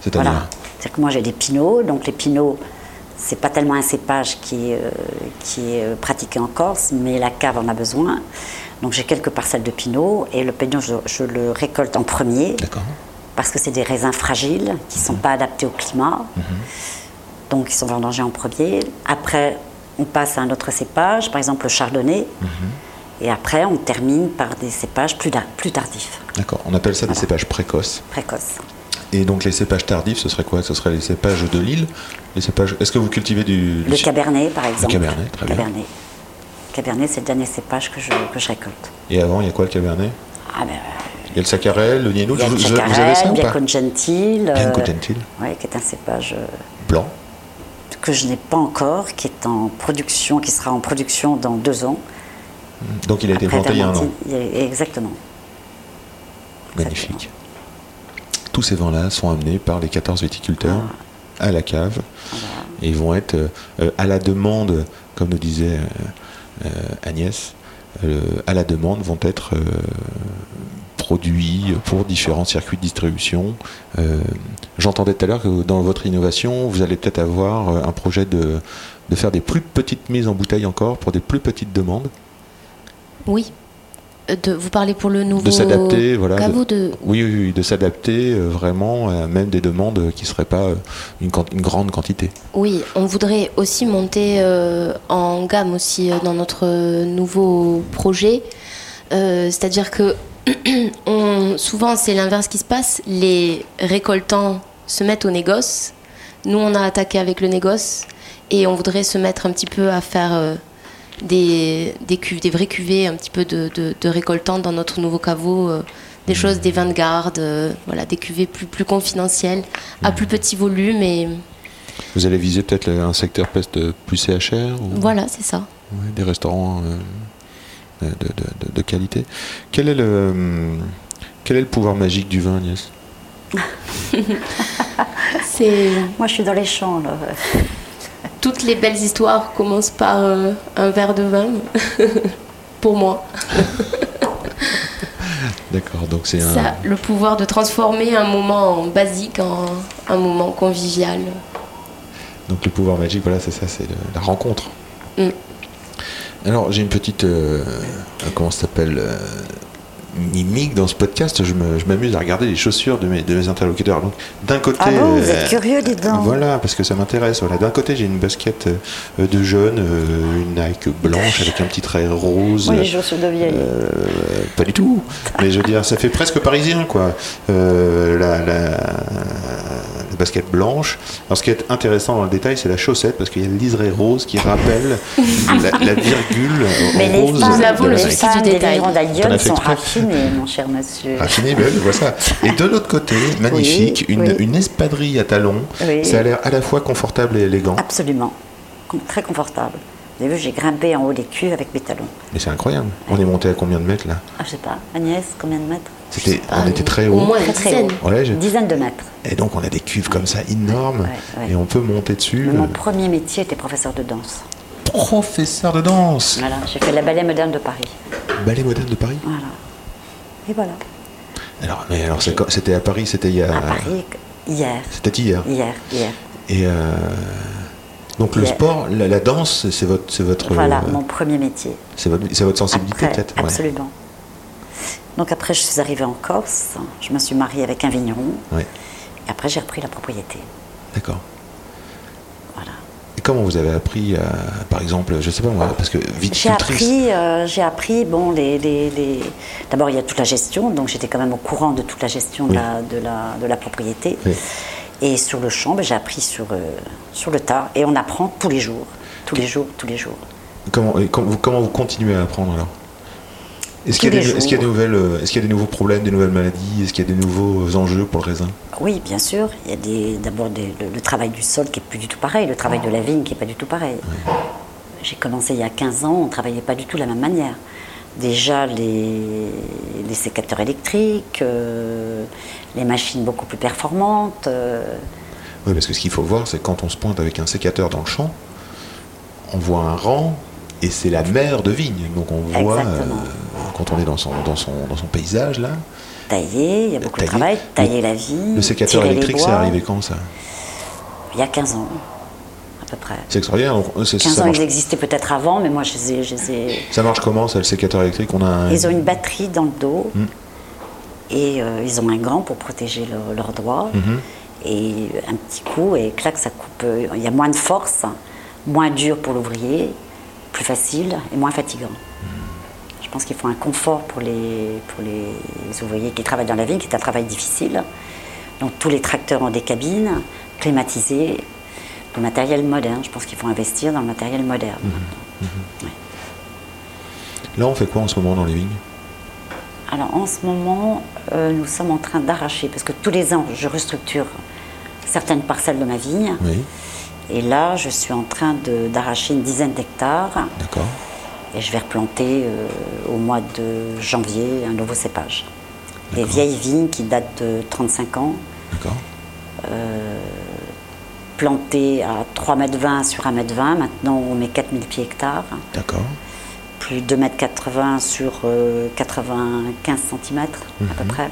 Speaker 2: C'est-à-dire
Speaker 4: Voilà. C'est-à-dire que moi j'ai des pinots, donc les pinots, c'est pas tellement un cépage qui, est, euh, qui est euh, pratiqué en Corse, mais la cave en a besoin. Donc j'ai quelques parcelles de pinots et le pinot, je, je le récolte en premier
Speaker 2: D'accord.
Speaker 4: parce que c'est des raisins fragiles qui ne sont pas adaptés au climat.
Speaker 2: Mhm.
Speaker 4: Donc ils sont vendangés en premier. Après, on passe à un autre cépage, par exemple le chardonnay.
Speaker 2: Mhm.
Speaker 4: Et après, on termine par des cépages plus, da- plus tardifs,
Speaker 2: D'accord. On appelle ça des cépages précoces.
Speaker 4: précoces.
Speaker 2: Et donc les cépages tardifs, ce serait quoi Ce serait les cépages de l'île les cépages... Est-ce que vous cultivez du. du
Speaker 4: Le
Speaker 2: chi-
Speaker 4: cabernet, par exemple.
Speaker 2: cabernet, très bien.
Speaker 4: Cabernet. Cabernet, c'est le dernier cépage que je, que je récolte.
Speaker 2: Et avant, il y a quoi le cabernet
Speaker 4: Ah ben,
Speaker 2: Il y a le sacarel, le niennou
Speaker 4: il y a
Speaker 2: vous,
Speaker 4: le
Speaker 2: vous- vous avez ça
Speaker 4: Chacarel,
Speaker 2: ou pas
Speaker 4: Bianco Gentil. euh,
Speaker 2: Bianco Gentil.
Speaker 4: ouais, qui est un cépage euh,
Speaker 2: Blanc.
Speaker 4: que je n'ai pas encore, qui est en production, qui sera en production dans deux ans.
Speaker 2: Donc il a été
Speaker 4: Après
Speaker 2: planté il y a un an.
Speaker 4: Vermentine, il y a- Exactement.
Speaker 2: Magnifique. Tous ces vins-là sont amenés par les 14 viticulteurs à la cave. Et ils vont être euh, euh, à la demande, comme le disait euh, euh, Agnès, euh, à la demande vont être euh, produits pour différents circuits de distribution. Euh, J'entendais tout à l'heure que dans votre innovation, vous allez peut-être avoir euh, un projet de, de faire des plus petites mises en bouteille encore pour des plus petites demandes.
Speaker 5: Oui. Euh, de, vous parlez pour le nouveau
Speaker 2: de s'adapter, voilà.
Speaker 5: caveau
Speaker 2: de-
Speaker 5: de,
Speaker 2: Oui, oui, oui, de s'adapter euh, vraiment à même des demandes euh, qui ne seraient pas euh, une, quan- une grande quantité.
Speaker 5: Oui, on voudrait aussi monter euh, en gamme aussi euh, dans notre euh, nouveau projet. Euh, C'est-à-dire que on- souvent c'est l'inverse qui se passe. Les récoltants se mettent au négoce. Nous, on a attaqué avec le négoce et on voudrait se mettre un petit peu à faire euh, des, des, cu- des vrais cuvées un petit peu de, de, de récoltants dans notre nouveau caveau. euh, des choses, des vins de garde, euh, voilà, des cuvées plus, plus confidentielles, à plus petit volume et
Speaker 2: Vous allez viser peut-être le- un secteur peste plus CHR ou
Speaker 5: voilà, c'est ça.
Speaker 2: ouais, des restaurants euh, de, de- de- de qualité. Quel est, le, hum, quel est le pouvoir magique du vin, Agnès
Speaker 5: C'est
Speaker 4: Moi, je suis dans les champs, là.
Speaker 5: toutes les belles histoires commencent par euh, un verre de vin, pour moi.
Speaker 2: D'accord, donc c'est un...
Speaker 5: Ça, le pouvoir de transformer un moment basique en un moment convivial.
Speaker 2: Donc le pouvoir magique, voilà, c'est ça, c'est le- la rencontre.
Speaker 5: Mm.
Speaker 2: Alors j'ai une petite, euh, euh, comment ça s'appelle, euh, mimique dans ce podcast. Je me- je m'amuse à regarder les chaussures de mes, de mes interlocuteurs. Donc d'un côté,
Speaker 4: Ah bon, vous
Speaker 2: euh,
Speaker 4: êtes curieux, dites donc.
Speaker 2: voilà, parce que ça m'intéresse. Voilà, d'un côté j'ai une basket euh, de jeune, euh, une Nike blanche avec un petit trait rose.
Speaker 4: Moi, les chaussures de vieille.
Speaker 2: Euh, pas du tout. Mais je veux dire, ça fait presque parisien, quoi. Euh, la, la- la basket blanche. Alors, ce qui est intéressant dans le détail, c'est la chaussette, parce qu'il y a le liseré rose qui rappelle la, la virgule en
Speaker 4: Mais les
Speaker 2: rose.
Speaker 4: femmes,
Speaker 5: Nous avons
Speaker 2: de la
Speaker 5: le
Speaker 4: les
Speaker 2: Nike.
Speaker 5: souci du
Speaker 4: femmes des
Speaker 5: détail.
Speaker 4: livrants
Speaker 2: T'en as
Speaker 4: d'Allium
Speaker 2: fait
Speaker 4: sont
Speaker 2: exprès.
Speaker 4: raffinées, mon cher monsieur.
Speaker 2: Raffiné, belle, Ben, voilà ça. Et de l'autre côté, magnifique,
Speaker 4: Oui,
Speaker 2: une,
Speaker 4: oui.
Speaker 2: une espadrille à talons.
Speaker 4: Oui.
Speaker 2: Ça a l'air à la fois confortable et élégant.
Speaker 4: Absolument. Com- Très confortable. Vous avez vu, j'ai grimpé en haut des cuves avec mes talons.
Speaker 2: Mais c'est incroyable. On est monté à combien de mètres là
Speaker 4: Ah, je sais pas. Agnès, combien de mètres
Speaker 2: C'était,
Speaker 5: Ah,
Speaker 2: On était très haut.
Speaker 5: Au moins une
Speaker 4: Très, très
Speaker 5: dizaine.
Speaker 4: haut.
Speaker 2: Ouais, Euh. j'ai-
Speaker 4: Dizaines de mètres.
Speaker 2: Et donc on a des cuves comme ça énormes
Speaker 4: ouais, ouais.
Speaker 2: et on peut monter dessus.
Speaker 4: Mais mon premier métier était professeur de danse.
Speaker 2: Professeur de danse,
Speaker 4: Voilà, j'ai fait la ballet moderne de Paris.
Speaker 2: ballet moderne de Paris.
Speaker 4: Voilà. Et voilà.
Speaker 2: Alors mais alors c'est quand- c'était à Paris, c'était il y a
Speaker 4: À Paris, hier.
Speaker 2: c'était hier.
Speaker 4: Hier, hier.
Speaker 2: Et euh, donc le
Speaker 4: Hier.
Speaker 2: sport, la, la danse, c'est votre c'est votre
Speaker 4: Voilà,
Speaker 2: euh,
Speaker 4: mon premier métier.
Speaker 2: c'est votre, c'est votre sensibilité
Speaker 4: Après,
Speaker 2: peut-être. ouais.
Speaker 4: absolument. Donc après, je suis arrivée en Corse. Je me suis mariée avec un vigneron.
Speaker 2: Ouais.
Speaker 4: Et après, j'ai repris la propriété.
Speaker 2: D'accord.
Speaker 4: Voilà.
Speaker 2: Et comment vous avez appris, euh, par exemple, je sais pas moi, parce que
Speaker 4: J'ai
Speaker 2: viticultrice.
Speaker 4: appris, euh, j'ai appris, bon, les, les- les- d'abord il y a toute la gestion, donc j'étais quand même au courant de toute la gestion de,
Speaker 2: Oui.
Speaker 4: la, de la- de la propriété.
Speaker 2: Oui.
Speaker 4: Et sur le champ, ben, j'ai appris sur, euh, sur le tas, et on apprend tous les jours, tous les jours, tous les jours.
Speaker 2: Comment, et com- vous, comment vous continuez à apprendre alors Est-ce qu'il y, a
Speaker 4: Tous
Speaker 2: des-
Speaker 4: les
Speaker 2: est-ce qu'il y a des
Speaker 4: jours.
Speaker 2: nouvelles, euh, est-ce qu'il y a des nouveaux problèmes, des nouvelles maladies, est-ce qu'il y a des nouveaux euh, enjeux pour le raisin
Speaker 4: Oui, bien sûr, il y a des- d'abord des- le, le travail du sol qui est plus du tout pareil, le travail de la vigne qui est pas du tout pareil. J'ai commencé il y a 15 ans, on travaillait pas du tout de la même manière. Déjà les, les sécateurs électriques, euh, les machines beaucoup plus performantes. euh,
Speaker 2: Oui, parce que ce qu'il faut voir, c'est quand on se pointe avec un sécateur dans le champ, on voit un rang et c'est la mer de vigne. Donc on voit,
Speaker 4: Exactement.
Speaker 2: euh, quand on est dans son, dans son, dans son paysage là,
Speaker 4: tailler, il y a beaucoup
Speaker 2: Tailler.
Speaker 4: de travail,
Speaker 2: Le-
Speaker 4: tailler la vigne.
Speaker 2: le sécateur
Speaker 4: Mmh, tirer les
Speaker 2: électrique, c'est
Speaker 4: bois.
Speaker 2: arrivé quand ça
Speaker 4: Il y a 15 ans, à peu près.
Speaker 2: C'est extraordinaire. donc, euh, c'est-
Speaker 4: 15
Speaker 2: ça,
Speaker 4: ans,
Speaker 2: marche,
Speaker 4: ils existaient peut-être avant, mais moi, je les ai- je les ai-
Speaker 2: ça marche comment ça, le sécateur électrique on a un-
Speaker 4: Ils ont une batterie dans le dos et euh, ils ont un gant pour protéger leur- leurs doigts. Et un petit coup, et clac, ça coupe. euh, Il y a moins de force, moins dur pour l'ouvrier, plus facile et moins fatigant. Je pense qu'il faut un confort pour les, pour les ouvriers qui travaillent dans la ville, qui est un travail difficile. Donc tous les tracteurs ont des cabines climatisées, du matériel moderne. Je pense qu'il faut investir dans le matériel moderne.
Speaker 2: Là, on fait quoi en ce moment dans les vignes
Speaker 4: Alors en ce moment, euh, nous sommes en train d'arracher, parce que tous les ans, je restructure certaines parcelles de ma vigne.
Speaker 2: Oui,
Speaker 4: Et là, je suis en train de- d'arracher une dizaine d'hectares.
Speaker 2: d'accord.
Speaker 4: Et je vais replanter euh, au mois de janvier un nouveau cépage. Des
Speaker 2: D'accord.
Speaker 4: vieilles vignes qui datent de 35 ans,
Speaker 2: D'accord.
Speaker 4: plantées à 3,20 m sur 1,20 m. Maintenant, on met 4000 pieds hectares.
Speaker 2: D'accord.
Speaker 4: plus 2,80 m sur euh, 95 cm à
Speaker 2: Mhm.
Speaker 4: peu près.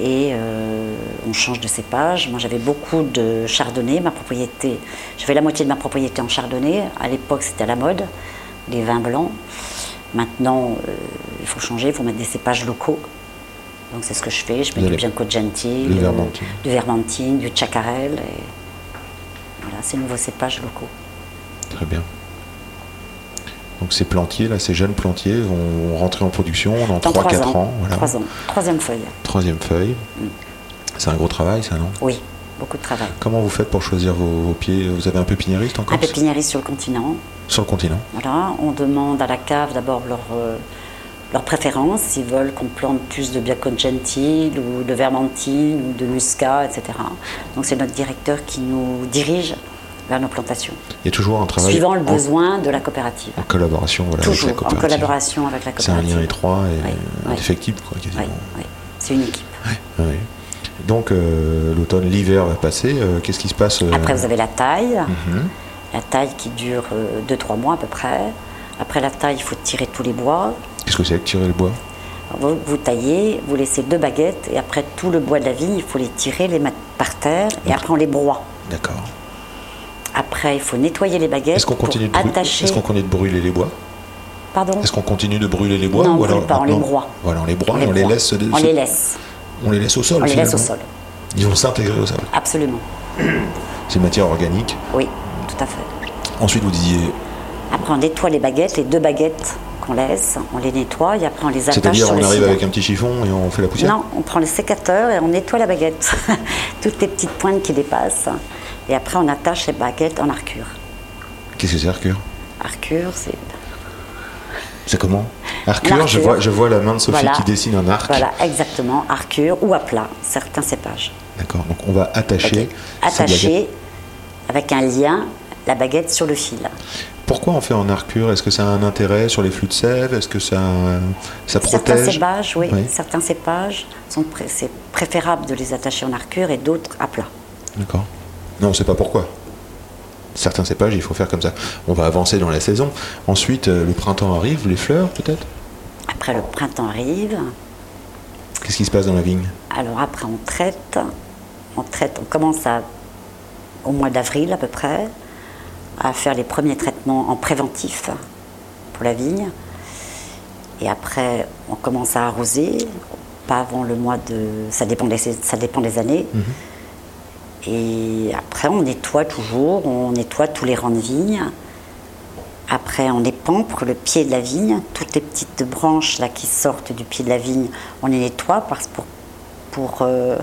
Speaker 4: Et euh, on change de cépage. Moi j'avais beaucoup de chardonnay, ma propriété. J'avais la moitié de ma propriété en chardonnay. À l'époque c'était à la mode, les vins blancs. Maintenant euh, il faut changer, il faut mettre des cépages locaux. Donc c'est ce que je fais, je mets
Speaker 2: Vous
Speaker 4: du
Speaker 2: allez-
Speaker 4: Bianco Gentile,
Speaker 2: du Vermentine.
Speaker 4: du Vermentine, du Chacarel. Et... Voilà, ces nouveaux cépages locaux.
Speaker 2: Très bien. Donc ces plantiers, là, ces jeunes plantiers vont rentrer en production dans,
Speaker 4: Dans
Speaker 2: 3-4
Speaker 4: trois
Speaker 2: ans.
Speaker 4: ans.
Speaker 2: voilà.
Speaker 4: Trois ans. Mm. Troisième feuille.
Speaker 2: Troisième feuille. C'est un gros travail, ça, non
Speaker 4: Oui, beaucoup de travail.
Speaker 2: Comment vous faites pour choisir vos, vos pieds Vous avez un pépiniériste
Speaker 4: Un
Speaker 2: encore
Speaker 4: pépiniériste sur le continent.
Speaker 2: Sur le continent.
Speaker 4: Voilà, on demande à la cave d'abord leur, euh, leur préférence, s'ils veulent qu'on plante plus de Biacon Gentil ou de Vermentine ou de Muscat, etc. Donc c'est notre directeur qui nous dirige vers nos plantations,
Speaker 2: Il y a toujours un travail
Speaker 4: suivant le
Speaker 2: en-
Speaker 4: besoin de la coopérative.
Speaker 2: en collaboration voilà, avec la
Speaker 4: Toujours en
Speaker 2: coopérative.
Speaker 4: collaboration avec la
Speaker 2: C'est un
Speaker 4: coopérative.
Speaker 2: lien étroit et
Speaker 4: Oui, oui.
Speaker 2: indéfectible, quoi,
Speaker 4: Oui,
Speaker 2: quasiment.
Speaker 4: oui. c'est une équipe.
Speaker 2: Ouais. Donc euh, l'automne, l'hiver va passer. euh, Qu'est-ce qui se passe euh, mhm.
Speaker 4: Après, vous avez la taille, la taille qui dure 2-3 mois à peu près. Après la taille, il faut tirer tous les bois.
Speaker 2: Qu'est-ce que c'est que tirer le bois
Speaker 4: Vous, vous taillez, vous laissez deux baguettes et après tout le bois de la vigne, il faut les tirer, les mettre par terre et après on les broie.
Speaker 2: D'accord.
Speaker 4: Après, il faut nettoyer les baguettes.
Speaker 2: Est-ce qu'on continue, de
Speaker 4: pour
Speaker 2: brû-
Speaker 4: attacher.
Speaker 2: est-ce qu'on continue de brûler les bois
Speaker 4: Pardon
Speaker 2: Est-ce qu'on continue de brûler les bois
Speaker 4: Non, on
Speaker 2: ou
Speaker 4: brûle
Speaker 2: alors
Speaker 4: pas, on les
Speaker 2: maintenant-
Speaker 4: broie.
Speaker 2: Voilà, on les broie et on les
Speaker 4: broie.
Speaker 2: laisse. se-
Speaker 4: On
Speaker 2: se-
Speaker 4: les laisse.
Speaker 2: On les laisse au sol.
Speaker 4: On les laisse au sol.
Speaker 2: finalement. Ils vont s'intégrer au sol.
Speaker 4: Absolument.
Speaker 2: C'est une matière organique.
Speaker 4: Oui, tout à fait.
Speaker 2: Ensuite, vous disiez,
Speaker 4: Après, on nettoie les baguettes, les deux baguettes qu'on laisse, on les nettoie et après on les attache
Speaker 2: c'est-à-dire
Speaker 4: sur
Speaker 2: on
Speaker 4: le
Speaker 2: arrive
Speaker 4: ciment.
Speaker 2: avec un petit chiffon et on fait la poussière.
Speaker 4: Non, on prend le sécateur et on nettoie la baguette. Toutes les petites pointes qui dépassent. Et après, on attache les baguettes en arcure.
Speaker 2: Qu'est-ce que c'est Arcure
Speaker 4: Arcure, c'est.
Speaker 2: C'est comment Arcure, je
Speaker 4: L'arcure.
Speaker 2: vois, je vois la main de Sophie
Speaker 4: Voilà.
Speaker 2: qui dessine un arc.
Speaker 4: Voilà, exactement, arcure ou à plat, certains cépages.
Speaker 2: D'accord. Donc on va attacher.
Speaker 4: Ok.
Speaker 2: ces baguettes.
Speaker 4: Attaché avec un lien, la baguette sur le fil.
Speaker 2: Pourquoi on fait en arcure Est-ce que ça a un intérêt sur les flux de sève Est-ce que ça, ça
Speaker 4: Certains
Speaker 2: protège
Speaker 4: cépages, oui,
Speaker 2: Oui.
Speaker 4: certains cépages, sont pré- c'est préférable de les attacher en arcure et d'autres à plat.
Speaker 2: D'accord. Non, on ne sait pas pourquoi. Certains cépages, il faut faire comme ça. On va avancer dans la saison. Ensuite, euh, le printemps arrive, les fleurs peut-être
Speaker 4: Après, le printemps arrive.
Speaker 2: Qu'est-ce qui se passe dans la vigne
Speaker 4: Alors après, on traite. On traite, on commence à, au mois d'avril à peu près, à faire les premiers traitements en préventif pour la vigne. Et après, on commence à arroser, pas avant le mois de... Ça dépend des, sais- ça dépend des années. Et après, on nettoie toujours, on nettoie tous les rangs de vigne. Après, on épampre le pied de la vigne, toutes les petites branches là, qui sortent du pied de la vigne, on les nettoie parce pour, pour, euh,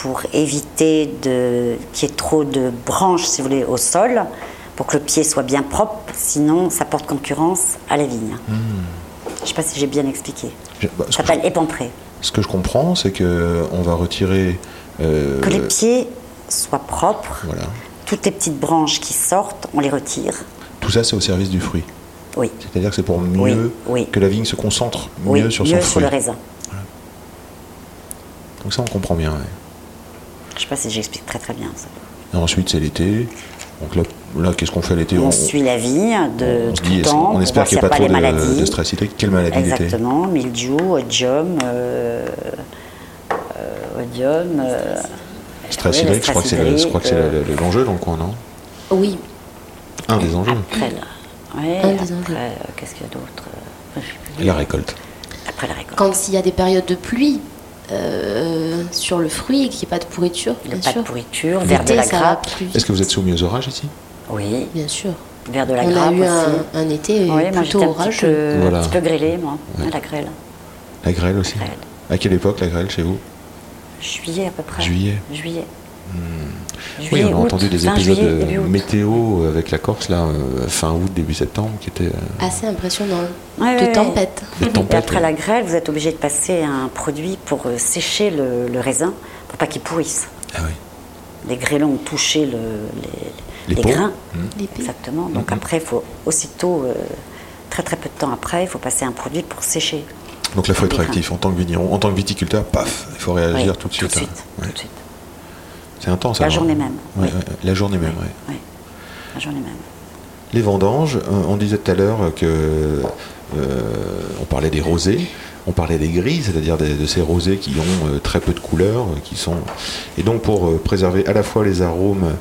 Speaker 4: pour éviter de- qu'il y ait trop de branches, si vous voulez, au sol, pour que le pied soit bien propre, sinon ça porte concurrence à la vigne. Je ne sais pas si j'ai bien expliqué.
Speaker 2: Je- bah, ce,
Speaker 4: Ça
Speaker 2: Hmm. que
Speaker 4: s'appelle
Speaker 2: je,
Speaker 4: épamprer.
Speaker 2: ce que je comprends, c'est que on va retirer. euh,
Speaker 4: Que les pieds soient propres,
Speaker 2: Voilà.
Speaker 4: toutes les petites branches qui sortent, on les retire.
Speaker 2: Tout ça, c'est au service du fruit.
Speaker 4: Oui,
Speaker 2: C'est-à-dire que c'est pour mieux
Speaker 4: oui.
Speaker 2: que la vigne se concentre
Speaker 4: oui,
Speaker 2: mieux sur son fruit.
Speaker 4: le raisin.
Speaker 2: Donc ça, on comprend bien. ouais.
Speaker 4: Je ne sais pas si j'explique très très bien ça.
Speaker 2: Et ensuite, c'est l'été. Donc là, là qu'est-ce qu'on fait l'été
Speaker 4: On suit la vigne de
Speaker 2: on se
Speaker 4: Euh, tout
Speaker 2: dit, est-ce-
Speaker 4: temps.
Speaker 2: on
Speaker 4: pour
Speaker 2: espère
Speaker 4: voir
Speaker 2: qu'il n'y
Speaker 4: s'il
Speaker 2: a pas
Speaker 4: les
Speaker 2: trop de,
Speaker 4: maladies.
Speaker 2: de stress hydrique. Quelle maladie l'été
Speaker 4: Exactement, mildiou, odium, euh, euh, odium. euh,
Speaker 2: Stress
Speaker 4: oui, le
Speaker 2: hydrique, je crois que c'est le- je crois que c'est le-
Speaker 4: euh,
Speaker 2: le- le- l'enjeu dans le coin, non
Speaker 5: Oui,
Speaker 2: Un des enjeux.
Speaker 4: Après, là. Ouais,
Speaker 5: Un des
Speaker 4: après,
Speaker 5: enjeux.
Speaker 4: euh, qu'est-ce qu'il y a d'autre Euh, je sais plus.
Speaker 2: La récolte.
Speaker 4: Après la récolte.
Speaker 5: quand il y a des périodes de pluie euh, sur le fruit et qu'il n'y ait pas de pourriture,
Speaker 4: Le
Speaker 5: bien
Speaker 4: pas de
Speaker 5: sûr. hein.
Speaker 4: pourriture,
Speaker 5: L'été,
Speaker 4: vers de la
Speaker 5: ça va
Speaker 4: grappe.
Speaker 5: plus vite.
Speaker 2: Est-ce que vous êtes soumis aux orages ici
Speaker 4: Oui,
Speaker 5: Bien sûr.
Speaker 4: vers de la
Speaker 5: On a
Speaker 4: grappe
Speaker 5: eu
Speaker 4: aussi.
Speaker 5: un, un été
Speaker 4: oui, moi j'étais
Speaker 5: plutôt
Speaker 4: un petit
Speaker 5: orageux.
Speaker 4: peu,
Speaker 2: Voilà.
Speaker 4: un petit peu grêlée, moi, à la grêle.
Speaker 2: La grêle aussi
Speaker 4: Grêle.
Speaker 2: À quelle époque la grêle chez vous
Speaker 4: Juillet à peu près.
Speaker 2: Juillet. Hmm.
Speaker 4: Juillet.
Speaker 2: Oui,
Speaker 4: Juillet,
Speaker 2: on a
Speaker 4: août,
Speaker 2: entendu des
Speaker 4: fin
Speaker 2: épisodes
Speaker 4: juillet,
Speaker 2: euh,
Speaker 4: début août.
Speaker 2: météo avec la Corse, là, euh, fin août, début septembre, qui était. euh,
Speaker 5: Assez impressionnant.
Speaker 4: Ouais,
Speaker 5: de
Speaker 4: ouais, ouais.
Speaker 5: tempête.
Speaker 2: Des
Speaker 4: Et
Speaker 2: tempêtes,
Speaker 4: après
Speaker 2: ouais.
Speaker 4: la grêle, vous êtes obligé de passer à un produit pour euh, sécher le, le raisin, pour pas qu'il pourrisse.
Speaker 2: Ah oui.
Speaker 4: Les grêlons ont touché le-
Speaker 2: Les
Speaker 4: les, les
Speaker 2: peaux. Hmm.
Speaker 4: grains.
Speaker 5: L'épée.
Speaker 4: Exactement. Donc après, il faut aussitôt, euh, très très peu de temps après, il faut passer à un produit pour sécher.
Speaker 2: Donc là, il faut être
Speaker 4: Des grains.
Speaker 2: actif. En tant que vigneron, en tant que viticulteur, paf, il faut réagir
Speaker 4: Oui,
Speaker 2: tout de suite.
Speaker 4: Tout de
Speaker 2: hein.
Speaker 4: suite.
Speaker 2: Ouais.
Speaker 4: tout de suite.
Speaker 2: C'est intense.
Speaker 4: La
Speaker 2: alors.
Speaker 4: journée même,
Speaker 2: Ouais,
Speaker 4: oui.
Speaker 2: ouais, ouais. La journée même, oui.
Speaker 4: Oui, la journée Ah, même.
Speaker 2: Les vendanges, euh, on disait tout à l'heure que euh, on parlait des rosés, on parlait des gris, c'est-à-dire des- de ces rosés qui ont euh, très peu de couleurs, euh, qui sont et donc pour euh, préserver à la fois les arômes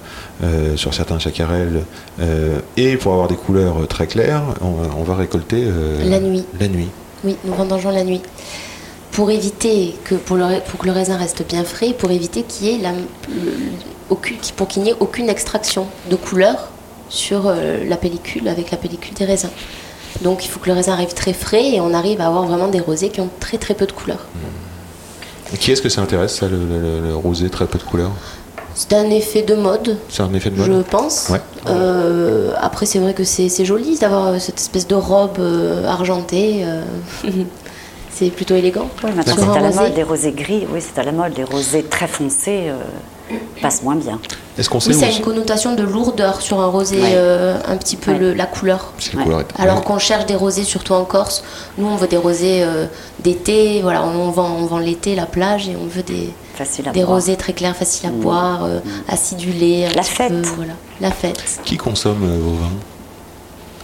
Speaker 2: euh, sur certains chacarels euh, et pour avoir des couleurs euh, très claires, on, on va récolter euh,
Speaker 5: La nuit.
Speaker 2: La nuit.
Speaker 5: Oui, nous vendangeons la nuit. Pour éviter que, pour, le, pour que le raisin reste bien frais, pour éviter qu'il y ait la- le- le- aucune- pour qu'il n'y ait aucune extraction de couleur sur euh, la pellicule, avec la pellicule des raisins. Donc il faut que le raisin arrive très frais et on arrive à avoir vraiment des rosés qui ont très très peu de couleur.
Speaker 2: Mm. Qui est-ce que ça intéresse, ça, le, le- le rosé, très peu de couleurs
Speaker 5: C'est un effet de mode,
Speaker 2: C'est un effet de mode
Speaker 5: je pense.
Speaker 2: Ouais.
Speaker 5: Euh, après, c'est vrai que c'est c'est joli d'avoir euh, cette espèce de robe euh, argentée. euh, c'est plutôt élégant.
Speaker 4: Oui, maintenant
Speaker 5: Sur
Speaker 4: c'est
Speaker 5: un
Speaker 4: à la
Speaker 5: rosé.
Speaker 4: mode des rosés gris. Oui, c'est à la mode les rosés très foncés euh, passent moins bien.
Speaker 2: Est-ce qu'on sait
Speaker 5: Oui,
Speaker 2: où
Speaker 5: ça a une connotation de lourdeur sur un rosé,
Speaker 4: Ouais.
Speaker 5: euh, un petit peu
Speaker 4: Ouais.
Speaker 5: le- la couleur.
Speaker 2: c'est les couleurs étaient-
Speaker 5: Alors
Speaker 2: Ouais.
Speaker 5: qu'on cherche des rosés, surtout en Corse, nous on veut des rosés euh, d'été, voilà, on vend, on vend l'été, la plage, et on veut des,
Speaker 4: Facile à
Speaker 5: des
Speaker 4: boire. Mmh.
Speaker 5: rosés très clairs, faciles à boire, euh, acidulés. un
Speaker 4: La
Speaker 5: petit
Speaker 4: fête.
Speaker 5: peu, voilà. La fête.
Speaker 2: Qui consomme euh, vos vins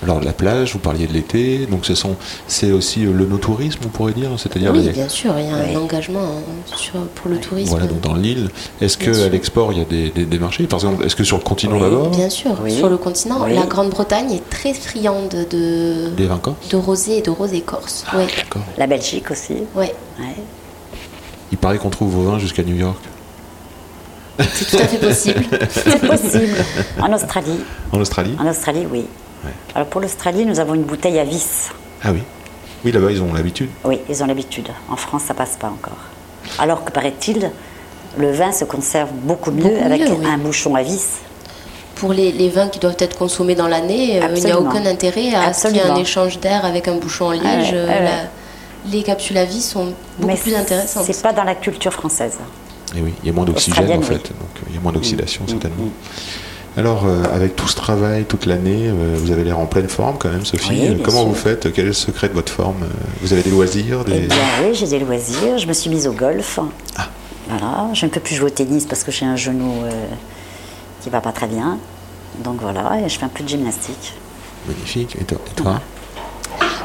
Speaker 2: alors de la plage, vous parliez de l'été, donc ce sont, c'est aussi euh, le no-tourisme, on pourrait dire, c'est-à-dire
Speaker 5: Oui,
Speaker 2: les-
Speaker 5: bien sûr, il y a
Speaker 4: Ouais.
Speaker 5: un engagement hein, sur- pour le tourisme.
Speaker 2: voilà, donc dans l'île. Est-ce
Speaker 5: Bien
Speaker 2: que à
Speaker 5: sûr.
Speaker 2: l'export il y a des, des- des marchés Par exemple, est-ce que sur le continent
Speaker 4: Oui,
Speaker 2: d'abord,
Speaker 5: Bien sûr,
Speaker 4: Oui.
Speaker 5: sur le continent,
Speaker 4: Oui.
Speaker 5: la Grande-Bretagne est très friande de,
Speaker 2: des vins corps
Speaker 5: de rosé et de rosé corse. Ouais.
Speaker 2: D'accord.
Speaker 4: La Belgique aussi.
Speaker 5: Ouais.
Speaker 4: ouais.
Speaker 2: Il paraît qu'on trouve vos vins jusqu'à New York,
Speaker 5: C'est tout à fait possible.
Speaker 4: C'est possible. en Australie.
Speaker 2: en Australie.
Speaker 4: En Australie, oui. Alors pour l'Australie, nous avons une bouteille à vis.
Speaker 2: Ah oui. Oui, là-bas ils ont l'habitude.
Speaker 4: Oui, ils ont l'habitude. En France, ça passe pas encore. Alors que paraît-il, le vin se conserve beaucoup mieux
Speaker 5: Beaucoup
Speaker 4: avec
Speaker 5: mieux, oui.
Speaker 4: un bouchon à vis.
Speaker 5: Pour les, les vins qui doivent être consommés dans l'année, euh, il n'y a
Speaker 4: Absolument.
Speaker 5: aucun intérêt à ce qu'il y ait un
Speaker 4: Absolument.
Speaker 5: échange d'air avec un bouchon en liège.
Speaker 4: Ah ouais,
Speaker 5: euh,
Speaker 4: ah ouais.
Speaker 5: la- les capsules à vie sont beaucoup
Speaker 4: Mais
Speaker 5: plus intéressantes.
Speaker 4: C'est pas dans la culture française.
Speaker 2: Et Eh oui, il y a moins d'oxygène en
Speaker 4: Australienne,
Speaker 2: fait,
Speaker 4: oui.
Speaker 2: donc euh, il y a moins d'oxydation certainement. Alors, euh, avec tout ce travail toute l'année, euh, vous avez l'air en pleine forme quand même, Sophie.
Speaker 4: Oui,
Speaker 2: Euh,
Speaker 4: bien
Speaker 2: Comment
Speaker 4: sûr.
Speaker 2: vous faites Quel est le secret de votre forme Euh, Vous avez des loisirs
Speaker 4: Eh
Speaker 2: des...
Speaker 4: bien oui, j'ai des loisirs. Je me suis mise au golf. Voilà, je ne peux plus jouer au tennis parce que j'ai un genou euh, qui va pas très bien. Donc voilà, et je fais un peu de gymnastique.
Speaker 2: Magnifique. Et toi, et toi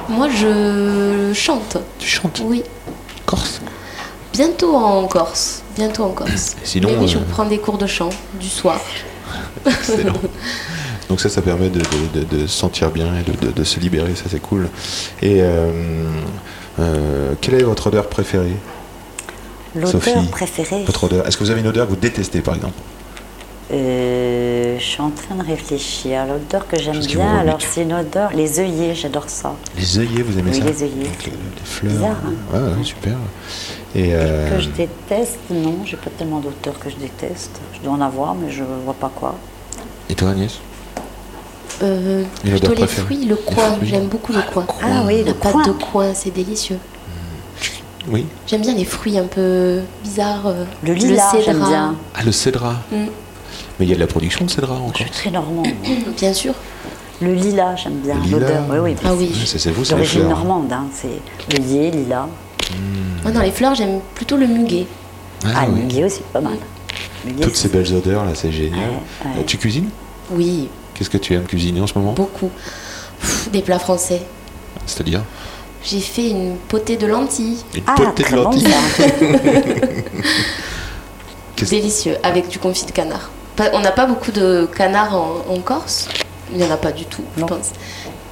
Speaker 5: Moi, je chante.
Speaker 2: Tu chantes
Speaker 5: Oui.
Speaker 2: Corse
Speaker 5: Bientôt en Corse. Bientôt en Corse.
Speaker 2: Et sinon,
Speaker 5: Mais oui, je
Speaker 2: euh,
Speaker 5: reprends des cours de chant du soir.
Speaker 2: Excellent. Donc ça, ça permet de, de- de- de se sentir bien et de, de- de se libérer, ça c'est cool. Et euh, euh, quelle est votre odeur préférée
Speaker 4: L'auteur
Speaker 2: Sophie,
Speaker 4: préféré
Speaker 2: Votre odeur. Est-ce que vous avez une odeur que vous détestez par exemple
Speaker 4: Euh, je suis en train de réfléchir. L'odeur que j'aime
Speaker 2: Chose qui
Speaker 4: bien,
Speaker 2: vous
Speaker 4: alors
Speaker 2: rebute.
Speaker 4: c'est une odeur, les œillets, j'adore ça.
Speaker 2: Les œillets, vous aimez
Speaker 4: Oui,
Speaker 2: ça
Speaker 4: les œillets.
Speaker 2: Donc, les, les fleurs.
Speaker 4: Bizarre, hein.
Speaker 2: ouais, ouais, super. Et euh,
Speaker 4: Que je déteste, non, j'ai pas tellement d'auteurs que je déteste. Je dois en avoir, mais je vois pas quoi.
Speaker 2: et toi, Agnès
Speaker 5: Euh,
Speaker 2: Une odeur
Speaker 5: plutôt les
Speaker 2: préférée
Speaker 5: fruits, le
Speaker 2: Les
Speaker 5: coin.
Speaker 2: fruits.
Speaker 5: J'aime beaucoup le coin.
Speaker 4: Ah oui,
Speaker 5: La
Speaker 4: le
Speaker 5: pâte
Speaker 4: coin.
Speaker 5: de coin, c'est délicieux.
Speaker 2: Oui.
Speaker 5: J'aime bien les fruits un peu bizarres. euh,
Speaker 4: Le lilas, j'aime
Speaker 5: cédrat.
Speaker 4: bien.
Speaker 2: Ah, le cédra.
Speaker 4: Mm.
Speaker 2: Mais il y a de la production de cédra
Speaker 4: Je
Speaker 2: encore.
Speaker 4: suis très normande.
Speaker 5: Bien sûr.
Speaker 4: Le lilas, j'aime bien.
Speaker 2: Le lilas.
Speaker 4: L'odeur, oui, oui.
Speaker 5: Ah oui.
Speaker 2: Ouais, c'est- c'est vous, c'est les
Speaker 4: D'origine
Speaker 2: fleurs.
Speaker 4: normande, hein, c'est l'œillet, lilas.
Speaker 5: Moi, dans Ah les fleurs, j'aime plutôt le muguet.
Speaker 2: Ah,
Speaker 4: Ah, le
Speaker 2: oui.
Speaker 4: muguet aussi, pas mal. Le muguet,
Speaker 2: Toutes ces belles odeurs là, c'est génial.
Speaker 4: Ouais, ouais.
Speaker 2: Euh, Tu cuisines
Speaker 5: Oui,
Speaker 2: Qu'est-ce que tu aimes cuisiner en ce moment
Speaker 5: beaucoup. Pff, des plats français.
Speaker 2: C'est-à-dire
Speaker 5: J'ai fait une potée de lentilles.
Speaker 2: une
Speaker 4: Ah,
Speaker 2: potée de
Speaker 4: très bon,
Speaker 2: lentilles.
Speaker 4: ça.
Speaker 2: Qu'est-ce-
Speaker 5: Délicieux, avec du confit de canard. Pas- on n'a pas beaucoup de canards en, en Corse. Il n'y en a pas du tout,
Speaker 4: Non.
Speaker 5: je pense.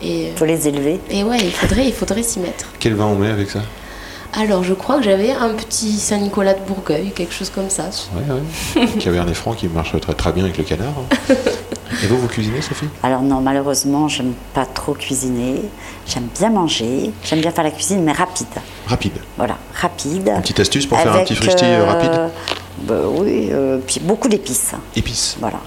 Speaker 5: Et, euh,
Speaker 4: Faut les élever.
Speaker 5: et ouais, il faudrait, il faudrait s'y mettre.
Speaker 2: Quel vin on met avec ça
Speaker 5: Alors, je crois que j'avais un petit Saint-Nicolas de Bourgueil, quelque chose comme ça.
Speaker 2: Ouais, ouais. Cabernet franc qui marche très très bien avec le canard. hein. Et vous, vous cuisinez, Sophie
Speaker 4: Alors non, malheureusement, j'aime pas trop cuisiner. J'aime bien manger. J'aime bien faire la cuisine, mais rapide.
Speaker 2: Rapide.
Speaker 4: Voilà, rapide.
Speaker 2: Une petite astuce pour faire un
Speaker 4: Avec,
Speaker 2: petit frusti euh,
Speaker 4: euh,
Speaker 2: rapide
Speaker 4: bah Oui, euh, puis beaucoup d'épices.
Speaker 2: Épices.
Speaker 4: Voilà.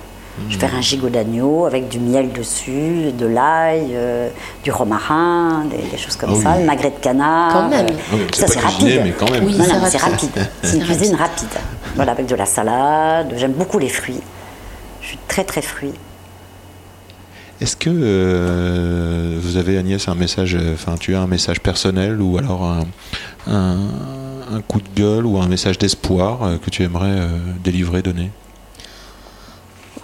Speaker 4: Je vais faire un gigot d'agneau avec du miel dessus, de l'ail, euh, du romarin, des, des choses comme
Speaker 2: Ah oui. Ah
Speaker 4: ça, le magret de canard. Euh,
Speaker 5: Quand même.
Speaker 2: Oui, mais
Speaker 4: ça
Speaker 2: c'est
Speaker 4: c'est
Speaker 2: pas cuisiné,
Speaker 4: rapide.
Speaker 2: mais quand même.
Speaker 5: Oui,
Speaker 4: Non, non,
Speaker 5: c'est
Speaker 4: mais c'est
Speaker 5: rapide.
Speaker 4: rapide. C'est une
Speaker 5: C'est
Speaker 4: cuisine rapide. Voilà, avec de la salade. J'aime beaucoup les fruits. Je suis très très fruits.
Speaker 2: Est-ce que euh, vous avez, Agnès, un message, euh, enfin, tu as un message personnel ou alors un, un- un coup de gueule ou un message d'espoir euh, que tu aimerais euh, délivrer, donner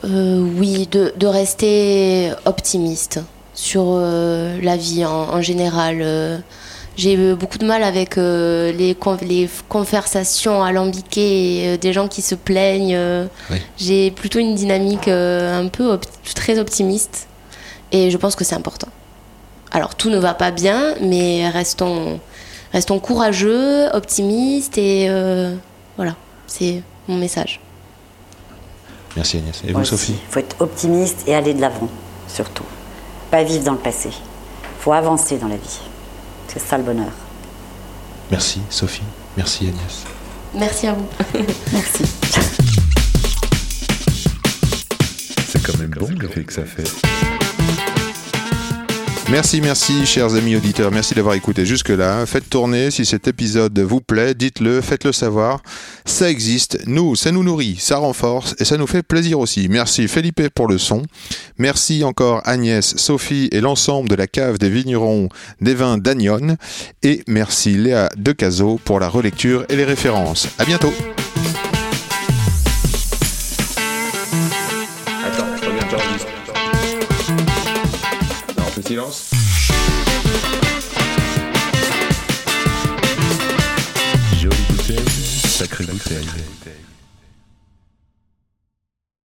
Speaker 5: Euh, oui, de, de rester optimiste sur euh, la vie en, en général. Euh, j'ai eu beaucoup de mal avec euh, les, con- les f- conversations alambiquées et, euh, des gens qui se plaignent. euh.
Speaker 2: Oui.
Speaker 5: J'ai plutôt une dynamique euh, un peu op- très optimiste et je pense que c'est important. Alors tout ne va pas bien, mais restons restons courageux, optimistes et euh, voilà, c'est mon message.
Speaker 1: Merci Agnès. Et vous,
Speaker 4: Moi aussi.
Speaker 1: Sophie
Speaker 4: faut être optimiste et aller de l'avant, surtout. Pas vivre dans le passé. faut avancer dans la vie. C'est ça le bonheur.
Speaker 1: Merci, Sophie. Merci, Agnès.
Speaker 5: Merci à vous.
Speaker 4: Merci.
Speaker 6: C'est quand même bon l'effet que ça fait.
Speaker 1: Merci, merci, chers amis auditeurs. Merci d'avoir écouté jusque-là. Faites tourner si cet épisode vous plaît. Dites-le, faites-le savoir. Ça existe. Nous, ça nous nourrit, ça renforce et ça nous fait plaisir aussi. Merci, Felipe, pour le son. Merci encore, Agnès, Sophie et l'ensemble de la cave des vignerons des vins d'Agnon. Et merci, Léa Decazo, pour la relecture et les références. À bientôt.
Speaker 7: Attends, je reviens, j'enregistre. Non, on fait silence
Speaker 6: Jolie bouteille, sacrée bouteille.